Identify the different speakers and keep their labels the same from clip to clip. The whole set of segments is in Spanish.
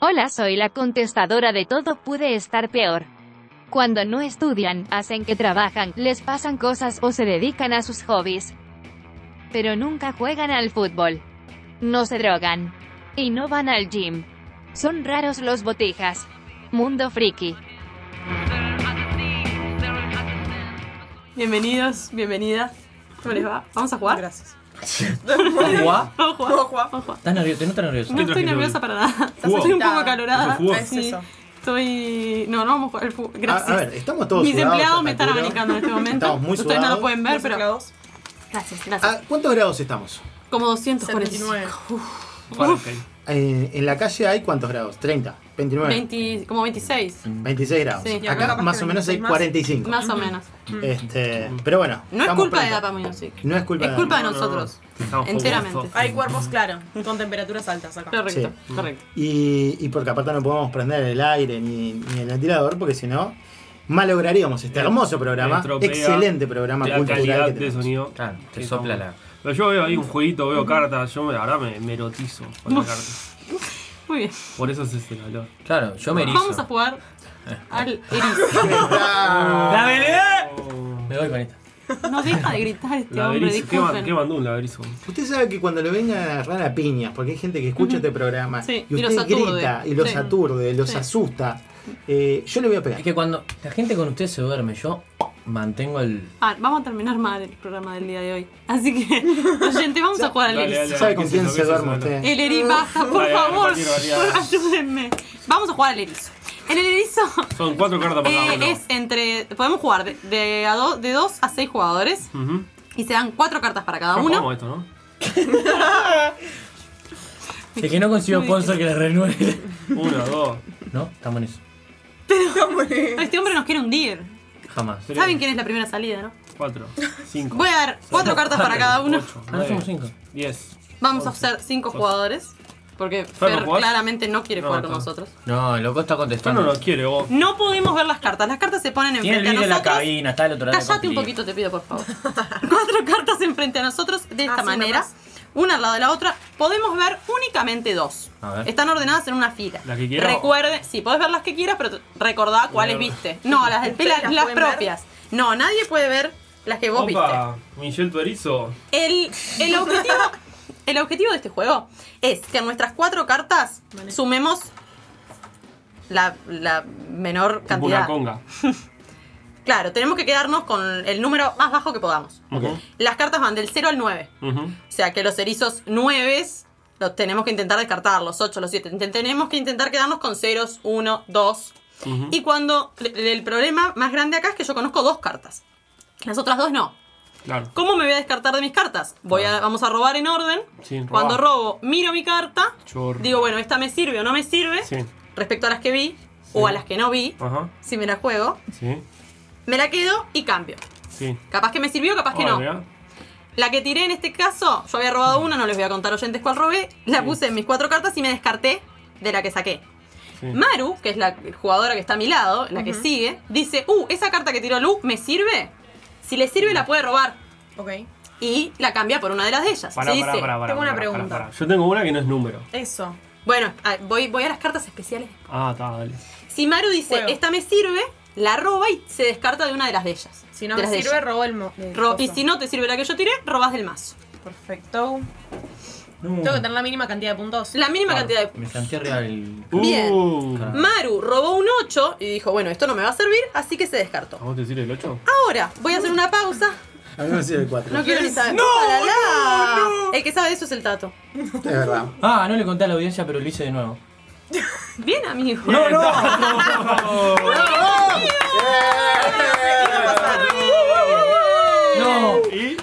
Speaker 1: Hola, soy la contestadora de todo pude estar peor. Cuando no estudian, hacen que trabajan, les pasan cosas o se dedican a sus hobbies. Pero nunca juegan al fútbol. No se drogan. Y no van al gym. Son raros los botijas. Mundo friki.
Speaker 2: Bienvenidos, bienvenidas. ¿Cómo les va? ¿Vamos a jugar?
Speaker 3: Gracias.
Speaker 4: ¿Guá?
Speaker 2: Vamos a jugar.
Speaker 3: Ojo, ojo.
Speaker 4: ¿Estás nervioso? ¿Te notas nervioso?
Speaker 2: No estoy nerviosa para nada.
Speaker 5: Jugó.
Speaker 2: Estoy un poco
Speaker 5: ¿Pero
Speaker 2: acalorada.
Speaker 5: jugó?
Speaker 3: Es
Speaker 2: Sí.
Speaker 3: eso.
Speaker 2: Estoy. No, no vamos a jugar al fútbol.
Speaker 5: Ah, A,
Speaker 2: Gracias.
Speaker 5: a ver, estamos todos
Speaker 2: Mis
Speaker 5: sudados,
Speaker 2: empleados me
Speaker 5: esta
Speaker 2: están
Speaker 5: altura.
Speaker 2: abanicando en este momento.
Speaker 5: Estamos muy
Speaker 2: Ustedes no lo
Speaker 5: sudados.
Speaker 2: pueden ver,
Speaker 3: Dos
Speaker 2: pero.
Speaker 3: teclados.
Speaker 2: Gracias, gracias.
Speaker 5: ¿A Ah, cuántos grados estamos?
Speaker 2: Como 249.
Speaker 3: 79.
Speaker 4: Bueno, ok.
Speaker 5: Eh, en la calle hay cuántos grados? 30, 29,
Speaker 2: 20, como 26,
Speaker 5: 26 grados.
Speaker 2: Sí, y
Speaker 3: acá
Speaker 5: Acá
Speaker 3: capaz
Speaker 5: más
Speaker 3: que
Speaker 5: o menos hay
Speaker 3: 26 más.
Speaker 5: 45.
Speaker 2: más o menos.
Speaker 5: Este, pero bueno.
Speaker 2: No es
Speaker 5: estamos
Speaker 2: culpa de
Speaker 5: pronto.
Speaker 2: Dapa Music.
Speaker 5: No es culpa
Speaker 2: Es
Speaker 5: de
Speaker 2: culpa de
Speaker 5: Dapa.
Speaker 2: nosotros.
Speaker 4: Estamos
Speaker 2: Enteramente.
Speaker 4: fogosos.
Speaker 3: Hay cuerpos, claro, con temperaturas altas acá.
Speaker 2: Correcto,
Speaker 5: Sí.
Speaker 2: correcto.
Speaker 5: Y, y porque aparte no podemos prender el aire ni, ni el ventilador, porque si no, malograríamos este hermoso programa.
Speaker 4: Estropea
Speaker 5: Excelente programa
Speaker 4: La
Speaker 5: cultural
Speaker 4: calidad de
Speaker 5: que tenemos.
Speaker 4: sonido.
Speaker 6: Claro, te
Speaker 4: Sí,
Speaker 6: sopla
Speaker 4: estamos.
Speaker 6: la-
Speaker 4: Pero yo veo ahí un jueguito, veo cartas, yo me- ahora me, me erotizo con la carta.
Speaker 2: Muy bien.
Speaker 4: Por eso es este ese calor.
Speaker 6: Claro, yo me erizo.
Speaker 2: Vamos a jugar
Speaker 5: Eh.
Speaker 2: al erizo.
Speaker 6: ¡La velé! Me voy con esta.
Speaker 2: No deja de gritar este hombre,
Speaker 4: Laberizo, ¿qué, man-
Speaker 2: disculpen.
Speaker 4: ¿Qué mandó un laberizo?
Speaker 5: Usted sabe que cuando lo vengan a agarrar a piñas, porque hay gente que escucha este programa
Speaker 2: Sí,
Speaker 5: y
Speaker 2: y
Speaker 5: usted
Speaker 2: los aturde.
Speaker 5: grita y los
Speaker 2: Sí.
Speaker 5: aturde, los
Speaker 2: Sí.
Speaker 5: asusta, eh, yo le voy a pegar.
Speaker 6: Es que cuando la gente con usted se duerme, yo mantengo el.
Speaker 2: Ah, vamos a terminar mal el programa del día de hoy. Así que, gente, vamos a jugar al
Speaker 4: Dale,
Speaker 2: erizo.
Speaker 4: dale.
Speaker 5: ¿Sabe con
Speaker 4: ¿qué
Speaker 5: quién
Speaker 4: es eso? ¿Qué
Speaker 5: se
Speaker 4: es
Speaker 5: duerme
Speaker 4: eso?
Speaker 5: usted?
Speaker 2: El Eri baja, por
Speaker 4: Dale, dale,
Speaker 2: favor.
Speaker 4: repartir variedades.
Speaker 2: Ayúdenme. Vamos a jugar al erizo. El erizo
Speaker 4: Son cuatro cartas para cada
Speaker 2: eh,
Speaker 4: uno.
Speaker 2: es entre. Podemos jugar de, de, a do- de dos a seis jugadores.
Speaker 4: Ujú.
Speaker 2: Y se dan cuatro cartas para cada
Speaker 4: Ya
Speaker 2: uno.
Speaker 4: jugamos esto, ¿no?
Speaker 6: Es que no consigo sponsor que le renueve.
Speaker 4: Uno, dos.
Speaker 6: No, estamos en eso.
Speaker 2: Este hombre nos quiere hundir.
Speaker 6: Jamás.
Speaker 4: Tres,
Speaker 2: Saben quién es la primera salida, ¿no?
Speaker 4: Cuatro, cinco.
Speaker 2: Voy a dar cuatro cartas para cada uno.
Speaker 4: Ocho,
Speaker 6: Ahora Ah, somos
Speaker 4: nueve,
Speaker 6: cinco.
Speaker 4: diez.
Speaker 2: Vamos a ser cinco jugadores. Porque
Speaker 4: Fer, ¿no
Speaker 2: Fer
Speaker 4: jugás?
Speaker 2: claramente no quiere
Speaker 4: No,
Speaker 2: jugar con
Speaker 4: no.
Speaker 2: nosotros.
Speaker 6: No, el loco está
Speaker 4: Esto no
Speaker 6: contestando.
Speaker 4: lo quiere vos.
Speaker 2: No podemos ver las cartas. Las cartas se ponen
Speaker 6: Tiene el
Speaker 2: enfrente a
Speaker 6: vídeo en la
Speaker 2: nosotros.
Speaker 6: cabina, está el otro lado. del
Speaker 2: Cállate un
Speaker 6: compilín.
Speaker 2: poquito, te pido, por favor. Cuatro cartas enfrente a nosotros de esta
Speaker 3: Así
Speaker 2: manera,
Speaker 3: nomás.
Speaker 2: una al lado de la otra. Podemos ver únicamente dos.
Speaker 6: A ver.
Speaker 2: Están ordenadas en una fila.
Speaker 4: ¿Las que quiera
Speaker 2: Recuerde, sí, podés ver las que quieras, pero t- recordá cuáles
Speaker 4: Mierda.
Speaker 2: viste. No, las, del-
Speaker 3: ¿Ustedes
Speaker 2: la-
Speaker 3: las
Speaker 2: las
Speaker 3: pueden ver?
Speaker 2: propias. No, nadie puede ver las que vos
Speaker 4: Opa, Michelle Tuerizo.
Speaker 2: viste. El, el objetivo, el objetivo de este juego es que a nuestras cuatro cartas sumemos la, la menor
Speaker 4: Tipo
Speaker 2: cantidad.
Speaker 4: una conga.
Speaker 2: Claro, tenemos que quedarnos con el número más bajo que podamos.
Speaker 4: Ok.
Speaker 2: Las cartas van del 0 al 9.
Speaker 4: Ujú.
Speaker 2: O sea que los erizos 9 los tenemos que intentar descartar, los 8, los 7. Tenemos que intentar quedarnos con 0, 1, 2.
Speaker 4: Ujú.
Speaker 2: Y cuando. el- El problema más grande acá es que yo conozco dos cartas. Las otras dos no.
Speaker 4: Claro.
Speaker 2: ¿Cómo me voy a descartar de mis cartas? Voy a, vamos a robar en orden.
Speaker 4: Sí, robar.
Speaker 2: Cuando robo, miro mi carta.
Speaker 4: Chorro.
Speaker 2: Digo, bueno, esta me sirve o no me sirve.
Speaker 4: Sí. Ah.
Speaker 2: Respecto a las que vi o a las que no vi.
Speaker 4: Ajá.
Speaker 2: Si me la juego,
Speaker 4: Sí.
Speaker 2: me la quedo y cambio.
Speaker 4: Sí.
Speaker 2: Capaz que me sirvió, capaz que
Speaker 4: Ah,
Speaker 2: no.
Speaker 4: mirá.
Speaker 2: La que tiré en este caso, yo había robado una, no les voy a contar oyentes cuál robé, la puse en mis cuatro cartas y me descarté de la que saqué.
Speaker 4: Sí.
Speaker 2: Maru, que es la jugadora que está a mi lado, la que sigue, dice, uh, esa carta que tiró Lu, ¿me sirve? Si le sirve la puede robar.
Speaker 3: Ok.
Speaker 2: Y la cambia por una de las de ellas.
Speaker 4: Pará,
Speaker 2: Se
Speaker 4: pará,
Speaker 2: dice,
Speaker 4: pará, pará,
Speaker 3: tengo una
Speaker 4: pará,
Speaker 3: pregunta.
Speaker 4: pará, pará. Yo tengo una que no es número.
Speaker 3: Eso.
Speaker 2: Bueno, a- voy, voy a las cartas especiales.
Speaker 4: Ah, está, dale.
Speaker 2: Si Maru dice,
Speaker 3: Juego.
Speaker 2: esta me sirve, la roba y se descarta de una de las de ellas.
Speaker 3: Si no
Speaker 2: De
Speaker 3: me
Speaker 2: las de
Speaker 3: sirve,
Speaker 2: ellas.
Speaker 3: robo el mo. el
Speaker 2: Ro-
Speaker 3: coso.
Speaker 2: y si no te sirve la que yo tiré, robas del mazo.
Speaker 3: Perfecto.
Speaker 6: No.
Speaker 3: Tengo que tener la mínima cantidad de puntos.
Speaker 2: La mínima
Speaker 6: Claro,
Speaker 2: cantidad de
Speaker 6: Me planteé arriba el.
Speaker 2: Bien.
Speaker 4: Uh,
Speaker 6: Carajo.
Speaker 2: Maru robó un 8 y dijo, bueno, esto no me va a servir, así que se descartó.
Speaker 4: ¿A vos te sirve el 8?
Speaker 2: Ahora, voy a hacer una pausa.
Speaker 5: A mí me sirve el 4.
Speaker 2: No quiero ni saber.
Speaker 4: No,
Speaker 2: La, la. El que sabe de eso es el tato.
Speaker 5: Es verdad.
Speaker 6: Ah, no le conté a la audiencia, pero lo hice de nuevo.
Speaker 2: Bien, amigo. Eh,
Speaker 6: No.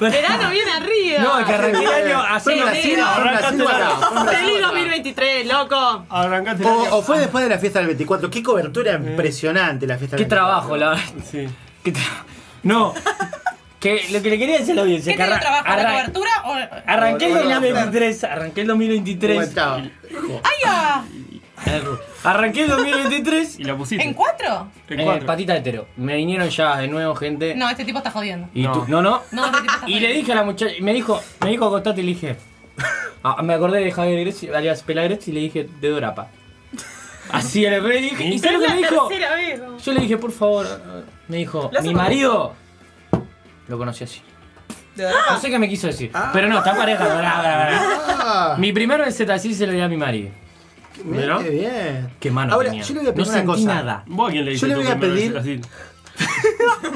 Speaker 2: Verano viene arriba.
Speaker 6: No, que arranqué el año
Speaker 5: Fue
Speaker 6: así.
Speaker 5: en Brasil, fue en Brasil,
Speaker 4: Arrancaste
Speaker 5: pará, fue en Brasil,
Speaker 2: Feliz
Speaker 5: pará.
Speaker 2: 2023, loco.
Speaker 4: Arrancaste
Speaker 2: Oh,
Speaker 4: el año.
Speaker 5: O, o fue después de la fiesta del 24. Qué cobertura impresionante la fiesta del
Speaker 6: Qué
Speaker 5: 24.
Speaker 6: trabajo, la
Speaker 2: oh.
Speaker 6: verdad.
Speaker 4: Sí.
Speaker 6: Qué tra- No. Que lo que le quería decir a la audiencia.
Speaker 3: ¿Qué
Speaker 6: que
Speaker 3: te dio
Speaker 6: arran-
Speaker 3: trabajo? ¿La
Speaker 6: arran-
Speaker 3: cobertura o.?
Speaker 6: Arranqué el
Speaker 5: Bueno, bueno,
Speaker 6: 2023. Arranqué el
Speaker 5: ¿Cómo
Speaker 6: 2023.
Speaker 5: estaba?
Speaker 6: Arranqué el 2023.
Speaker 4: Y la pusiste.
Speaker 3: ¿En cuatro?
Speaker 4: En
Speaker 6: eh,
Speaker 4: cuatro.
Speaker 6: patita de tero. Me vinieron ya de nuevo, gente.
Speaker 3: No, este tipo está jodiendo.
Speaker 6: Y
Speaker 4: No.
Speaker 6: tú- no, no.
Speaker 3: No, este tipo está
Speaker 6: Y le dije a la muchacha, y me dijo, me dijo acostate y le dije. Ah, me acordé de Javier Gres- alias Pelagres y le dije, de Dorapa. Así el rey dije. ¿Y sabes lo que me dijo? Yo le dije, por favor. eh, Me dijo,
Speaker 3: Lo hace
Speaker 6: mi
Speaker 3: mal.
Speaker 6: marido lo conocí así.
Speaker 2: De verdad.
Speaker 6: No sé qué me quiso decir. Pero no, está pareja. pará, pará, pará.
Speaker 5: Ah,
Speaker 6: Mi primer beseta así se lo di a mi marido.
Speaker 5: mirá
Speaker 4: ¿no?
Speaker 5: qué bien.
Speaker 6: Qué mano
Speaker 5: Ahora,
Speaker 6: tenía.
Speaker 5: yo le voy a
Speaker 6: no
Speaker 5: pedir una
Speaker 6: sentí
Speaker 5: cosa.
Speaker 6: nada.
Speaker 4: ¿Vos a quién le
Speaker 5: Yo
Speaker 4: dices
Speaker 5: le
Speaker 4: tú
Speaker 5: voy a
Speaker 4: que me
Speaker 5: pedir-
Speaker 4: ves así?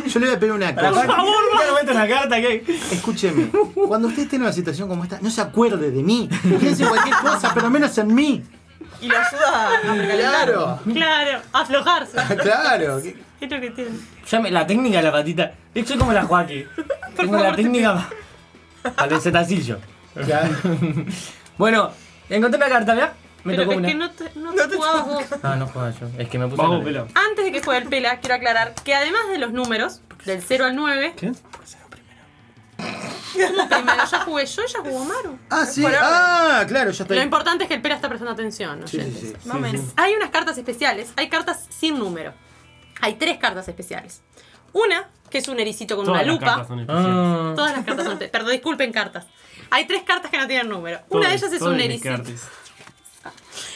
Speaker 5: Yo le voy a pedir una cosa.
Speaker 6: la carta que...
Speaker 5: Escúcheme, cuando usted esté en una situación como esta, no se acuerde de mí. Piense en cualquier cosa, pero menos en mí.
Speaker 2: Y lo ayuda a recalentar.
Speaker 5: Claro,
Speaker 3: Claro, aflojarse.
Speaker 5: claro.
Speaker 3: es lo que tiene.
Speaker 6: Ya me- la técnica de la patita. Soy como la Joaquín. Tengo la técnica pa- para el setacillo.
Speaker 5: Claro.
Speaker 6: Bueno, encontré una carta, ¿verdad? Me
Speaker 3: Pero es
Speaker 6: tocó una. Ah,
Speaker 3: que no te, no te jugabas vos.
Speaker 6: No, no jugaba yo. Es que me puse.
Speaker 4: Vamos,
Speaker 6: nervioso.
Speaker 4: pela.
Speaker 2: Antes de que juegue el Pela, quiero aclarar que además de los números, del 0 al 9,
Speaker 4: ¿Qué?
Speaker 2: como primero ya jugué yo, ya jugó Maru.
Speaker 5: Ah, sí.
Speaker 2: Por ahora.
Speaker 5: Ah, claro, yo
Speaker 2: Lo
Speaker 5: estoy.
Speaker 2: importante es que el Pela está prestando atención,
Speaker 5: Sí, sí,
Speaker 2: oyentes.
Speaker 5: sí.
Speaker 4: Sí, sí.
Speaker 2: Hay unas cartas especiales, hay cartas sin número. Hay tres cartas especiales. Una, que es un ericito con
Speaker 4: Todas
Speaker 2: una
Speaker 4: las
Speaker 2: lupa.
Speaker 4: cartas son especiales.
Speaker 6: Ah,
Speaker 2: Todas las cartas son. Perdón, disculpen cartas. Hay tres cartas que no tienen número.
Speaker 4: Todas,
Speaker 2: una de ellas es
Speaker 4: todas
Speaker 2: un
Speaker 4: de
Speaker 2: ericito.
Speaker 4: Descartes.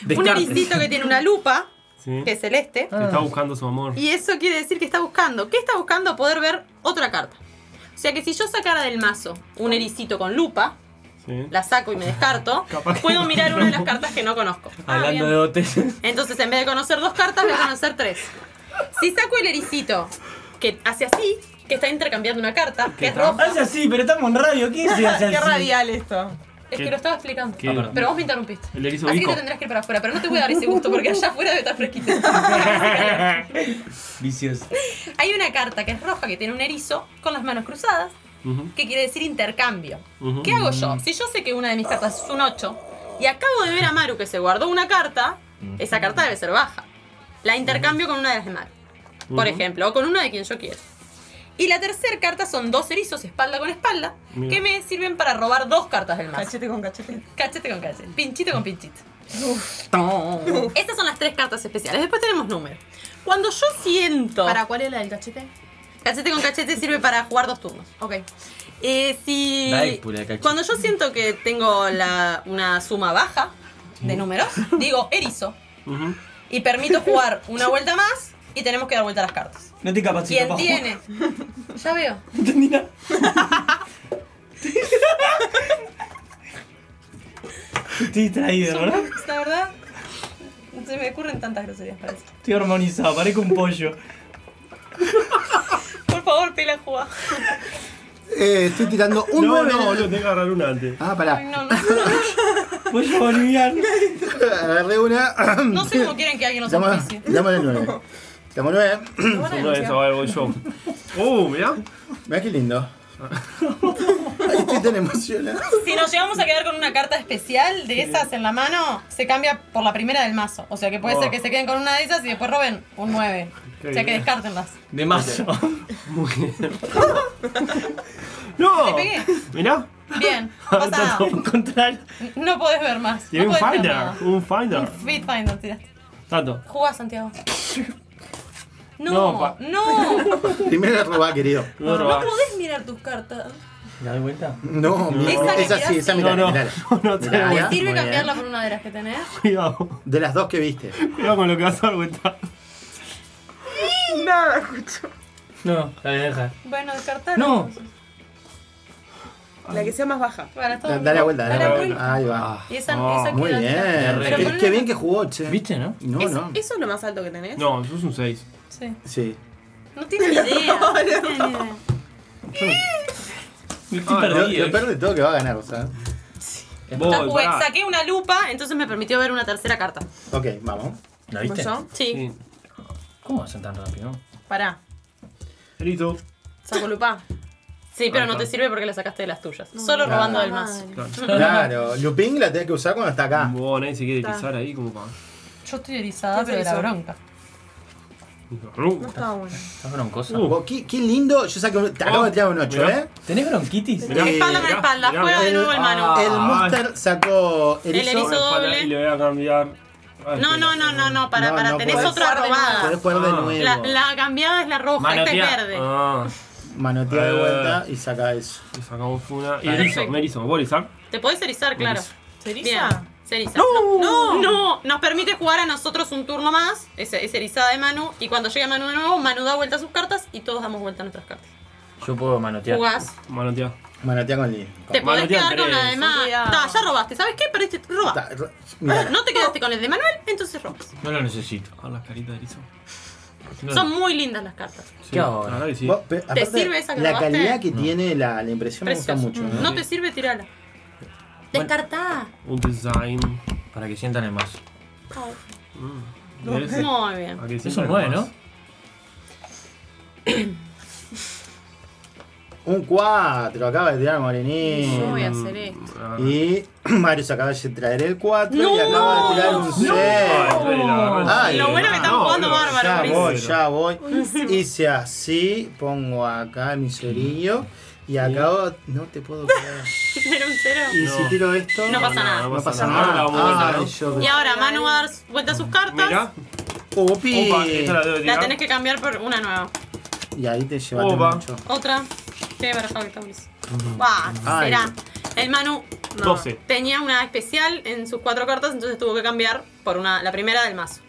Speaker 2: Un
Speaker 6: Descartes.
Speaker 2: ericito que tiene una lupa,
Speaker 4: Sí.
Speaker 2: que es celeste.
Speaker 4: Que Está buscando su amor.
Speaker 2: Y eso quiere decir que está buscando. ¿Qué está buscando? Poder ver otra carta. O sea que si yo sacara del mazo un ericito con lupa,
Speaker 4: Sí.
Speaker 2: la saco y me descarto,
Speaker 4: Capaz que
Speaker 2: puedo
Speaker 4: no.
Speaker 2: mirar una de las cartas que no conozco.
Speaker 6: Hablando de dotes.
Speaker 2: Entonces, en vez de conocer dos cartas, voy a conocer tres. Si saco el ericito, que hace así, que está intercambiando una carta, que es roja.
Speaker 6: Hace así, pero estamos en radio. ¿Quién se hace así?
Speaker 3: Ah, Qué radial esto.
Speaker 2: Es que
Speaker 4: ¿Qué?
Speaker 2: lo estaba explicando.
Speaker 4: ¿Qué?
Speaker 6: Ah, perdón.
Speaker 2: Pero vos me interrumpiste.
Speaker 4: El erizo
Speaker 2: Así que
Speaker 4: bico.
Speaker 2: te tendrás que ir para afuera, pero no te voy a dar ese gusto porque allá afuera debe estar fresquito.
Speaker 6: Vicioso.
Speaker 2: Hay una carta que es roja que tiene un erizo con las manos cruzadas,
Speaker 4: Ujú.
Speaker 2: que quiere decir intercambio.
Speaker 4: Ujú. Mm.
Speaker 2: ¿Qué hago yo? Si yo sé que una de mis cartas es un 8 y acabo de ver a Maru que se guardó una carta, esa carta debe ser baja. La intercambio con una de las de Maru, por
Speaker 4: Ujú.
Speaker 2: ejemplo, o con una de quien yo quiero. Y la tercera carta son dos erizos espalda con espalda
Speaker 4: Mira.
Speaker 2: que me sirven para robar dos cartas del mazo.
Speaker 3: Cachete con cachete.
Speaker 2: Cachete con cachete, pinchito con pinchito. Estas son las tres cartas especiales. Después tenemos números. Cuando yo siento.
Speaker 3: cuál es la del cachete?
Speaker 2: Cachete con cachete sirve para jugar dos turnos.
Speaker 3: Ok.
Speaker 2: Eh, si.
Speaker 6: La expula de cachete.
Speaker 2: Cuando yo siento que tengo la- una suma baja de números, digo erizo.
Speaker 4: Ujú.
Speaker 2: Y permito jugar una vuelta más y tenemos que dar vuelta a las cartas.
Speaker 6: No te capacito
Speaker 2: ¿Quién tiene? Ya veo.
Speaker 6: No entendí nada. Estoy distraído, ¿verdad?
Speaker 2: La verdad. Se me ocurren tantas groserías para eso.
Speaker 6: Estoy armonizado, parezco un pollo.
Speaker 2: Por favor, pela juega.
Speaker 5: Eh, estoy tirando un
Speaker 4: No,
Speaker 5: 9.
Speaker 4: no, boludo, tenés que agarrar una antes.
Speaker 5: Ah,
Speaker 2: Ay,
Speaker 5: pará.
Speaker 2: no, no, no,
Speaker 6: Pollo boliviano.
Speaker 5: Agarré una.
Speaker 2: no sé cómo quieren que alguien nos
Speaker 5: Damos
Speaker 2: oficie.
Speaker 5: damos el 9. Damos 9.
Speaker 4: Una de esas, vale, voy yo. Uh, mirá.
Speaker 5: Mirá qué lindo. Ay, estoy tan emocionado.
Speaker 2: Si nos llegamos a quedar con una carta especial de esas en la mano, se cambia por la primera del mazo. O sea que puede ser que se queden con una de esas y después roben un 9.
Speaker 4: Qué
Speaker 2: o sea que
Speaker 4: bien.
Speaker 2: descártenlas.
Speaker 6: De mazo.
Speaker 4: Muy bien. ¡No!
Speaker 2: Te pegué.
Speaker 4: Mirá.
Speaker 2: Bien, pasa
Speaker 6: Está
Speaker 2: nada.
Speaker 6: todo contrario.
Speaker 2: No podés ver más.
Speaker 4: Tiene
Speaker 2: no
Speaker 4: un
Speaker 2: podés ver
Speaker 4: finder.
Speaker 2: nada.
Speaker 4: Un finder.
Speaker 2: Fit Finder, tiraste.
Speaker 4: Tato.
Speaker 2: Jugá, Santiago.
Speaker 6: No,
Speaker 2: No,
Speaker 6: pa-
Speaker 2: no, no,
Speaker 5: Primero robá, querido.
Speaker 4: No robás.
Speaker 2: podés mirar tus cartas.
Speaker 6: ¿La doy vuelta?
Speaker 5: No, mira,
Speaker 2: que
Speaker 5: es así,
Speaker 2: queda
Speaker 5: esa
Speaker 2: así.
Speaker 5: mirá,
Speaker 4: No, no.
Speaker 5: mirá.
Speaker 4: No te
Speaker 5: Mirá,
Speaker 4: voy
Speaker 5: mirá.
Speaker 2: ¿Te sirve
Speaker 5: Muy bien.
Speaker 2: cambiarla por una de las que tenés?
Speaker 4: Cuidado.
Speaker 5: De las dos que viste.
Speaker 4: Cuidado con lo que vas a dar vuelta.
Speaker 6: No, la voy a dejar.
Speaker 2: Bueno, descartar.
Speaker 6: No.
Speaker 3: La que sea más baja.
Speaker 2: Para todo.
Speaker 5: Da- Dale la vuelta, dale la
Speaker 2: Dale
Speaker 5: vuelta. Ahí va.
Speaker 2: Y esa,
Speaker 4: Ah,
Speaker 2: esa
Speaker 5: Muy
Speaker 2: queda tirada.
Speaker 5: bien.
Speaker 2: Pero
Speaker 5: Qué,
Speaker 2: ponle-
Speaker 5: qué bien que jugó, che.
Speaker 6: ¿Viste, no?
Speaker 5: No,
Speaker 3: Es-
Speaker 5: no.
Speaker 3: ¿Eso es lo más alto que tenés?
Speaker 4: No, sos un 6.
Speaker 2: Sí.
Speaker 5: Sí.
Speaker 2: No tienen idea. No, tienen idea.
Speaker 6: Estoy
Speaker 4: Ah,
Speaker 5: Lo,
Speaker 6: perdido.
Speaker 5: lo peor de todo que va a ganar, o sea.
Speaker 4: Vos,
Speaker 2: Ya jugué,
Speaker 4: pará.
Speaker 2: Pues saqué una lupa, entonces me permitió ver una tercera carta.
Speaker 5: Ok, vamos.
Speaker 6: ¿La
Speaker 3: ¿Cómo
Speaker 6: viste?
Speaker 3: yo?
Speaker 2: Sí.
Speaker 4: Sí.
Speaker 6: ¿Cómo hacen tan rápido?
Speaker 2: Pará.
Speaker 4: Listo.
Speaker 2: Saco lupa. Sí, pero
Speaker 4: Ahí
Speaker 2: no
Speaker 4: está.
Speaker 2: te sirve porque la sacaste de las tuyas. Solo
Speaker 5: Claro.
Speaker 2: robando del mazo.
Speaker 4: Claro.
Speaker 5: Claro, Lupin la tenés que usar cuando está
Speaker 2: Ah.
Speaker 5: acá.
Speaker 4: Vos, nadie se quiere pisar ahí como para.
Speaker 2: Yo estoy erizada,
Speaker 3: pero de la
Speaker 2: bronca.
Speaker 3: No estaba bueno.
Speaker 6: ¿Estás broncoso?
Speaker 4: Uh.
Speaker 5: Vos, qué, qué lindo. Yo saqué un. Te acabo de tirar un 8,
Speaker 4: mirá.
Speaker 5: ¿eh?
Speaker 6: ¿Tenés bronquitis?
Speaker 5: Mirá.
Speaker 2: Espalda con
Speaker 4: mirá,
Speaker 2: espalda,
Speaker 4: mirá,
Speaker 2: juega de
Speaker 5: mirá.
Speaker 2: nuevo el mano.
Speaker 6: Ah.
Speaker 5: El Monster sacó erizo.
Speaker 2: erizo. doble.
Speaker 4: Y le voy a cambiar.
Speaker 2: No,
Speaker 4: Ah, espera.
Speaker 2: no, no, no, no, para,
Speaker 5: No,
Speaker 2: para,
Speaker 5: no
Speaker 2: tenés
Speaker 5: podés.
Speaker 2: otra
Speaker 5: Podés
Speaker 2: robada.
Speaker 5: jugar de
Speaker 4: Ah.
Speaker 5: nuevo.
Speaker 2: La, la cambiada es la roja, esta es
Speaker 6: Manotea.
Speaker 2: verde.
Speaker 4: Ah,
Speaker 5: Manotea de
Speaker 4: Eh.
Speaker 5: vuelta y saca eso.
Speaker 4: le sacamos una. Y
Speaker 2: Perfecto.
Speaker 4: erizo, me erizo. ¿Vos erizar?
Speaker 2: Te podés erizar, claro.
Speaker 4: Erizo.
Speaker 2: Bien. Ceriza. No, no, no. Nos permite jugar a nosotros un turno más. Es, es erizada de Manu. Y cuando llega Manu de nuevo, Manu da vuelta a sus cartas y todos damos vuelta a nuestras cartas.
Speaker 6: Yo puedo manotear.
Speaker 2: Jugás.
Speaker 4: Mano, tío.
Speaker 5: Manotea con el.
Speaker 2: Te
Speaker 4: Manu
Speaker 2: podés
Speaker 4: tiene
Speaker 2: quedar con
Speaker 4: tres.
Speaker 2: la de Manu.
Speaker 3: Cuidado.
Speaker 2: Ta, ya robaste. ¿Sabes qué? Perdiste. Roba.
Speaker 5: Ta- ro- mira,
Speaker 2: No te quedaste con el de Manuel, entonces robas.
Speaker 6: No lo necesito.
Speaker 4: Ah, las caritas de erizo.
Speaker 6: No.
Speaker 2: Son muy lindas las cartas.
Speaker 4: Sí,
Speaker 6: ¿Qué hago ahora?
Speaker 4: la verdad que sí.
Speaker 5: vos, pe- aparte,
Speaker 2: sirve esa que
Speaker 5: La
Speaker 2: robaste?
Speaker 5: calidad que tiene la, la impresión
Speaker 2: Preciosas.
Speaker 5: me gusta mucho. ¿eh?
Speaker 2: Mm,
Speaker 5: ¿no?
Speaker 2: No te sirve, tirala. Descartá.
Speaker 4: Un design.
Speaker 6: Para que sientan el más.
Speaker 4: Debe ser.
Speaker 2: Muy bien.
Speaker 4: ¿A Ah, que sí?
Speaker 6: Es un 9, ¿no?
Speaker 5: Un 4, acaba de tirar Morenín.
Speaker 2: Yo voy a hacer esto.
Speaker 4: Ah.
Speaker 5: Y Marius acaba de traer el 4 y
Speaker 2: No,
Speaker 5: acaba de tirar un 6.
Speaker 4: Ay, Ah, la verdad.
Speaker 5: Ay,
Speaker 2: Lo bueno que están
Speaker 4: no,
Speaker 2: jugando
Speaker 4: no,
Speaker 2: bárbaro,
Speaker 5: Ya
Speaker 2: Pris.
Speaker 5: voy, ya voy. Hice así, pongo acá mi cerillo y acabo. No te puedo creer.
Speaker 2: Era un cero.
Speaker 5: Y si tiro esto.
Speaker 2: No pasa nada. Ah,
Speaker 5: No pasa nada.
Speaker 4: Ahora la vamos a
Speaker 5: Ay,
Speaker 4: guardar.
Speaker 5: yo-
Speaker 2: Y ahora Manu va a dar vuelta a sus cartas.
Speaker 4: Mira.
Speaker 5: Upi.
Speaker 4: Opa, esta la debo tirar.
Speaker 2: La tenés que cambiar por una nueva.
Speaker 5: Y ahí te llevaste
Speaker 4: Opa.
Speaker 5: mucho.
Speaker 2: Otra. Qué barajado que estamos. Bah,
Speaker 5: Ay.
Speaker 2: será. El Manu
Speaker 4: 12.
Speaker 2: tenía una especial en sus cuatro cartas, entonces tuvo que cambiar por una, la primera del mazo.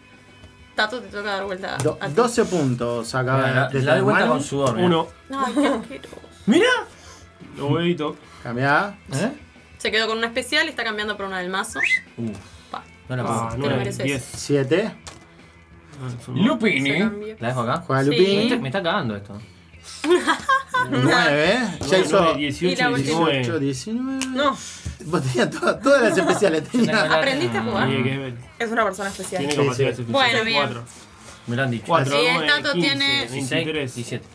Speaker 2: Tato, te toca dar vuelta.
Speaker 5: Do-
Speaker 2: al-
Speaker 5: 12 puntos acaba
Speaker 6: Mira,
Speaker 5: de
Speaker 6: la- la doy vuelta
Speaker 5: Manu.
Speaker 6: con sudor. mira.
Speaker 4: Uno.
Speaker 2: Ay, qué asqueroso.
Speaker 6: ¡Mira!
Speaker 4: Lo huevito.
Speaker 5: Cambiá.
Speaker 6: ¿Eh?
Speaker 2: Se quedó con una especial, está cambiando por una del mazo.
Speaker 6: Uf,
Speaker 2: Pa,
Speaker 6: no la
Speaker 4: Ah,
Speaker 6: puedo.
Speaker 2: te lo
Speaker 4: nueve,
Speaker 2: mereces.
Speaker 4: diez.
Speaker 5: 7.
Speaker 6: Lupini.
Speaker 2: Se cambió.
Speaker 6: ¿La dejo acá?
Speaker 5: Juega
Speaker 2: Sí.
Speaker 6: Me
Speaker 5: Lupín.
Speaker 6: está, me está cagando esto.
Speaker 5: 9. Ya hizo.
Speaker 4: 18,
Speaker 2: Y la
Speaker 4: 19.
Speaker 5: 18, 19.
Speaker 3: No,
Speaker 5: Vos tenías todas, todas las especiales.
Speaker 6: Tengo
Speaker 5: Tenías.
Speaker 6: la-
Speaker 2: ¿Aprendiste a jugar?
Speaker 4: Tiene que ver.
Speaker 3: es una persona especial.
Speaker 4: Tiene
Speaker 5: Sí,
Speaker 4: capacidad
Speaker 5: sí.
Speaker 4: suficiente.
Speaker 2: ¿eh? Bueno, bien.
Speaker 4: Cuatro.
Speaker 6: Me lo han dicho.
Speaker 4: Cuatro,
Speaker 2: Sí, el
Speaker 4: nueve,
Speaker 2: Tato
Speaker 4: 15,
Speaker 2: tiene-
Speaker 6: 16,
Speaker 4: 23.
Speaker 6: 17.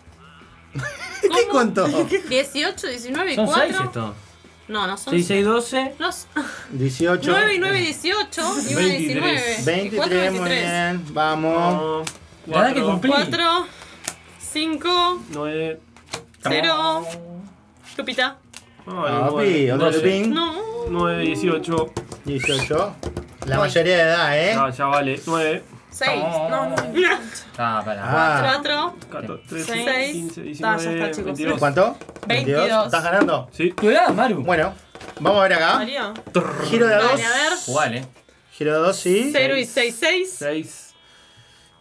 Speaker 5: ¿Qué contó?
Speaker 2: 18, 19 y
Speaker 6: Son
Speaker 2: 4.
Speaker 6: 6 esto.
Speaker 2: No, no son
Speaker 6: 6, 6, 12.
Speaker 2: Los
Speaker 5: 18.
Speaker 2: 9 y 9, 18 y 1, 19. 4,
Speaker 5: 23, eh, muy
Speaker 2: 23.
Speaker 5: bien. Vamos.
Speaker 4: Uno,
Speaker 6: La verdad que cumplí.
Speaker 2: 4, 5,
Speaker 4: nueve.
Speaker 2: 0. Lupita.
Speaker 4: Ay,
Speaker 5: Ah, Papi,
Speaker 4: nueve.
Speaker 5: otro
Speaker 6: doce.
Speaker 5: Lupín.
Speaker 2: No.
Speaker 4: Nueve, 18.
Speaker 5: 18. La mayoría de edad, ¿eh?
Speaker 4: Ah, ya vale. 9,
Speaker 3: 6. No, no.
Speaker 6: Ah, para.
Speaker 5: Ah.
Speaker 2: 4,
Speaker 4: 14,
Speaker 2: Seis.
Speaker 4: 13, 15,
Speaker 3: Ah, ya está,
Speaker 4: 19,
Speaker 3: chicos.
Speaker 4: 22.
Speaker 5: ¿Cuánto?
Speaker 2: 22.
Speaker 5: ¿Estás ganando?
Speaker 4: Sí.
Speaker 6: ¿Tu edad, Maru?
Speaker 5: Bueno, vamos a ver acá.
Speaker 3: María.
Speaker 5: Giro de a dos.
Speaker 2: Vale, a ver.
Speaker 6: Igual, eh.
Speaker 5: Giro de a dos y.
Speaker 2: 0 y 6, 6.
Speaker 4: 6.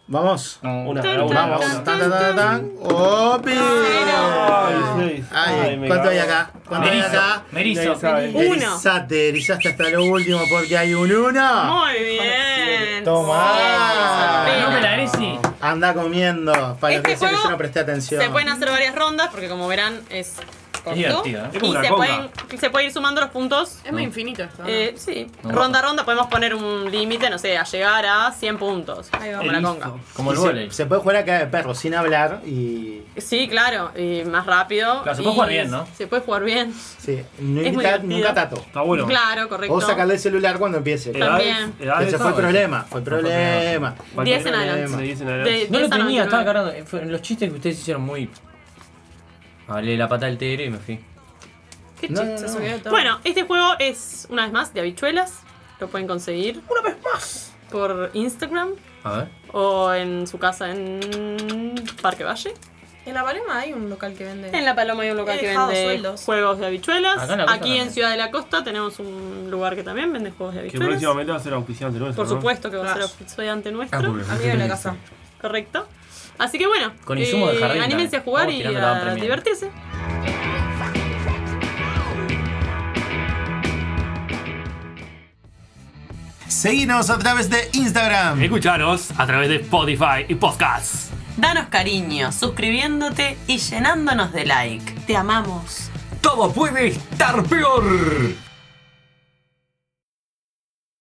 Speaker 5: Vamos.
Speaker 4: Una,
Speaker 2: Tan,
Speaker 4: una,
Speaker 2: tan,
Speaker 5: Vamos.
Speaker 4: una.
Speaker 5: Tan, tan, tan, tan. ¡Opi!
Speaker 4: Ay, seis. Ay,
Speaker 5: Ay,
Speaker 4: me
Speaker 5: ¿Cuánto hay
Speaker 4: cago.
Speaker 5: acá? ¿Cuánto hay
Speaker 6: Merizo.
Speaker 5: acá?
Speaker 4: Nadie
Speaker 6: Merizo.
Speaker 4: sabe.
Speaker 2: Uno.
Speaker 5: Erizate, erizaste hasta lo último porque hay un 1.
Speaker 2: Muy bien.
Speaker 5: Tomá.
Speaker 2: Bien,
Speaker 6: No me la
Speaker 2: Isabela.
Speaker 6: Eresi.
Speaker 5: Anda comiendo. Para los
Speaker 2: Este
Speaker 5: que dicen que
Speaker 2: juego
Speaker 5: yo no presté atención.
Speaker 2: Se pueden hacer varias rondas porque como verán es corto.
Speaker 6: divertido, ¿eh?
Speaker 4: Es como
Speaker 2: Y
Speaker 4: una
Speaker 2: se
Speaker 4: conga.
Speaker 2: pueden, se puede ir sumando los puntos
Speaker 3: Es muy infinito esto. ¿no?
Speaker 2: Eh, sí.
Speaker 6: No.
Speaker 2: Ronda a ronda podemos poner un límite, no sé, a llegar a 100 puntos.
Speaker 3: Ahí va.
Speaker 2: Como la conga.
Speaker 6: Como el
Speaker 5: Y se-
Speaker 6: volei.
Speaker 5: Se puede jugar acá de perro sin hablar y.
Speaker 2: Sí, claro, y más rápido.
Speaker 6: Claro, se
Speaker 2: y
Speaker 6: puede jugar bien, ¿no?
Speaker 2: Se puede jugar bien.
Speaker 5: Sí, no
Speaker 2: Es muy
Speaker 5: invita-
Speaker 2: divertido.
Speaker 5: nunca tato.
Speaker 4: Está bueno.
Speaker 2: Claro, correcto.
Speaker 5: O sacarle el celular cuando empiece.
Speaker 4: Edades-
Speaker 2: También.
Speaker 4: edades
Speaker 5: Ese fue el
Speaker 4: saben.
Speaker 5: problema, fue el problema.
Speaker 4: Falta
Speaker 2: 10 en
Speaker 4: que-
Speaker 2: adelante.
Speaker 4: de 10 en
Speaker 2: De
Speaker 4: adelante.
Speaker 6: No lo
Speaker 2: 10 a
Speaker 6: tenía,
Speaker 2: 99.
Speaker 6: estaba cargando. Eh, fue- Los chistes que ustedes hicieron muy. Hablé la pata del tigre y me fui.
Speaker 2: Qué
Speaker 5: No,
Speaker 2: chiste.
Speaker 5: no,
Speaker 3: Se
Speaker 5: no.
Speaker 3: subió todo.
Speaker 2: Bueno, este juego es, una vez más, de habichuelas. Lo pueden conseguir. ¡Una vez más! Por Instagram
Speaker 6: A ver.
Speaker 2: o en su casa en Parque Valle.
Speaker 3: En la Paloma hay un local que vende.
Speaker 2: En La Paloma hay un local
Speaker 3: He
Speaker 2: que
Speaker 3: dejado
Speaker 2: vende
Speaker 3: sueldos.
Speaker 2: juegos de habichuelas.
Speaker 6: Acá en la costa
Speaker 2: Aquí en
Speaker 6: también.
Speaker 2: Ciudad de la Costa tenemos un lugar que también vende juegos de
Speaker 4: Que
Speaker 2: habichuelas.
Speaker 4: próximamente va a ser auspiciante nuestro.
Speaker 2: Por
Speaker 4: ¿no?
Speaker 2: supuesto que va a ser
Speaker 3: Claro.
Speaker 2: auspiciante
Speaker 6: Ah,
Speaker 2: nuestro.
Speaker 6: porque-
Speaker 3: Amigo de la casa.
Speaker 2: Correcto. Así que bueno, eh,
Speaker 6: Con insumos de jardín,
Speaker 2: anímense
Speaker 6: dale.
Speaker 2: a jugar
Speaker 6: Vamos
Speaker 2: y
Speaker 6: tirando la van
Speaker 2: a
Speaker 6: premiando.
Speaker 2: divertirse.
Speaker 5: Seguinos a través de Instagram.
Speaker 4: Escucharos a través de Spotify y Podcasts.
Speaker 2: Danos cariño, suscribiéndote y llenándonos de like. Te amamos.
Speaker 6: Todo puede estar peor.